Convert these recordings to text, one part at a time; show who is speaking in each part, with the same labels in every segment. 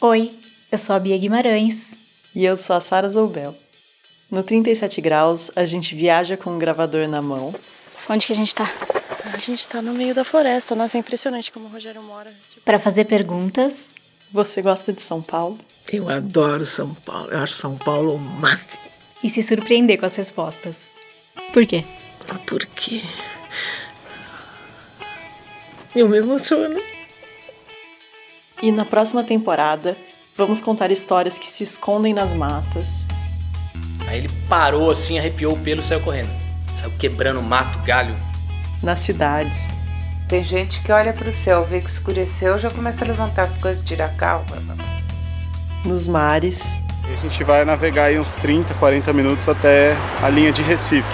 Speaker 1: Oi, eu sou a Bia Guimarães.
Speaker 2: E eu sou a Sara Zoubel. No 37 graus, a gente viaja com um gravador na mão.
Speaker 1: Onde que a gente tá?
Speaker 2: A gente tá no meio da floresta, nossa, é impressionante como o Rogério mora. Tipo,
Speaker 1: Para fazer perguntas.
Speaker 2: Você gosta de São Paulo?
Speaker 3: Eu adoro São Paulo. Eu acho São Paulo o máximo.
Speaker 1: e se surpreender com as respostas. Por quê?
Speaker 3: Porque eu me emociono.
Speaker 2: E na próxima temporada, vamos contar histórias que se escondem nas matas.
Speaker 4: Aí ele parou assim, arrepiou o pelo e saiu correndo. Saiu quebrando mato, galho.
Speaker 2: nas cidades.
Speaker 5: Tem gente que olha pro céu, vê que escureceu, já começa a levantar as coisas, tirar a calma.
Speaker 2: nos mares.
Speaker 6: E a gente vai navegar aí uns 30, 40 minutos até a linha de Recife.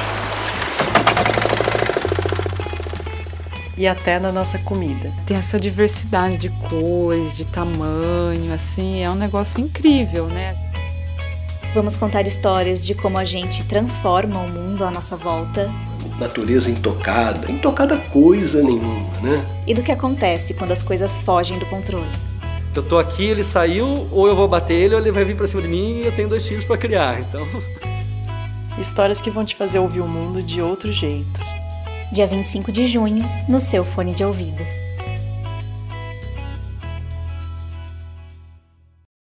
Speaker 2: e até na nossa comida.
Speaker 7: Tem essa diversidade de cores, de tamanho, assim, é um negócio incrível, né?
Speaker 1: Vamos contar histórias de como a gente transforma o mundo à nossa volta
Speaker 8: natureza intocada, intocada coisa nenhuma, né?
Speaker 1: e do que acontece quando as coisas fogem do controle.
Speaker 9: Eu tô aqui, ele saiu, ou eu vou bater ele, ou ele vai vir pra cima de mim e eu tenho dois filhos pra criar. Então,
Speaker 2: Histórias que vão te fazer ouvir o mundo de outro jeito.
Speaker 1: Dia 25 de junho, no seu fone de ouvido.